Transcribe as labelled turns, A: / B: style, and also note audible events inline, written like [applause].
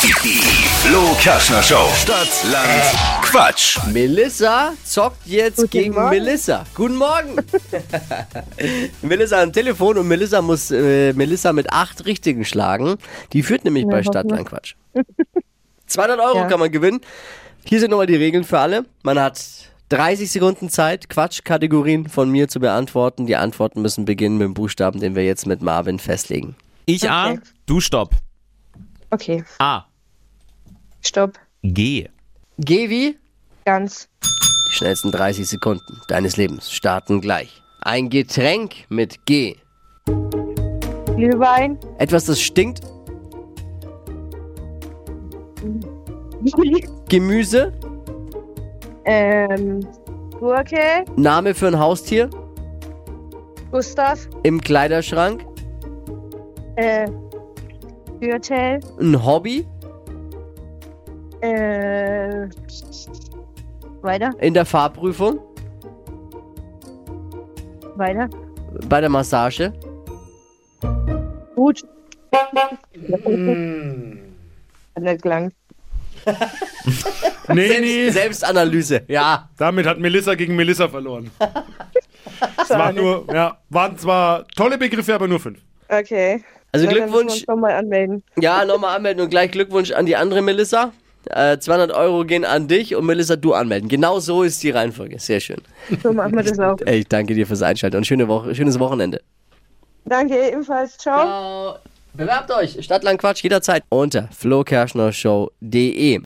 A: Die Flo Kaschner Show. Stadt, Land, Quatsch.
B: Melissa zockt jetzt
C: Guten
B: gegen
C: Morgen.
B: Melissa. Guten Morgen. [laughs] Melissa am Telefon und Melissa muss äh, Melissa mit acht Richtigen schlagen. Die führt nämlich bei
C: hoffen wir.
B: Stadtland Quatsch. 200 Euro
C: Ja.
B: kann man gewinnen. Hier sind nochmal die Regeln für alle. Man hat 30 Sekunden Zeit, Quatschkategorien von mir zu beantworten. Die Antworten müssen beginnen mit dem Buchstaben, den wir jetzt mit Marvin festlegen.
D: Ich A,
C: Okay.
D: du Stopp.
C: Okay,
D: A,
C: stopp.
D: G.
B: Geh wie?
C: Ganz.
B: Die schnellsten 30 Sekunden deines Lebens starten gleich. Ein Getränk mit G.
C: Glühwein. [laughs]
B: Etwas, das stinkt Gemüse,
C: ähm, Gurke.
B: Name für ein Haustier,
C: Gustav.
B: im Kleiderschrank,
C: Äh, Gürtel.
B: ein Hobby,
C: Äh, weiter,
B: in der Fahrprüfung,
C: weiter.
B: bei der Massage.
C: Gut.
B: Mm.
C: Hat nicht gelangt.
E: Nee,
B: Selbst,
E: nee,
B: Selbstanalyse, ja.
E: damit hat Melissa gegen Melissa verloren. Es waren, nur, ja, waren zwar tolle Begriffe, aber nur fünf.
C: Okay.
B: Also
C: Dann müssen wir
B: Glückwunsch,
C: uns noch mal anmelden.
B: ja, nochmal anmelden und gleich Glückwunsch an die andere Melissa. Äh, 200 Euro gehen an dich und Melissa, du anmelden. Genau so ist die Reihenfolge. Sehr schön.
C: So machen wir
B: [laughs]
C: das auch.
B: Ey, ich danke dir fürs Einschalten und schöne Woche, schönes Wochenende.
C: Danke, ebenfalls. Ciao.
B: Bewerbt euch, Stadtland Quatsch, jederzeit unter flokerschnershow.de.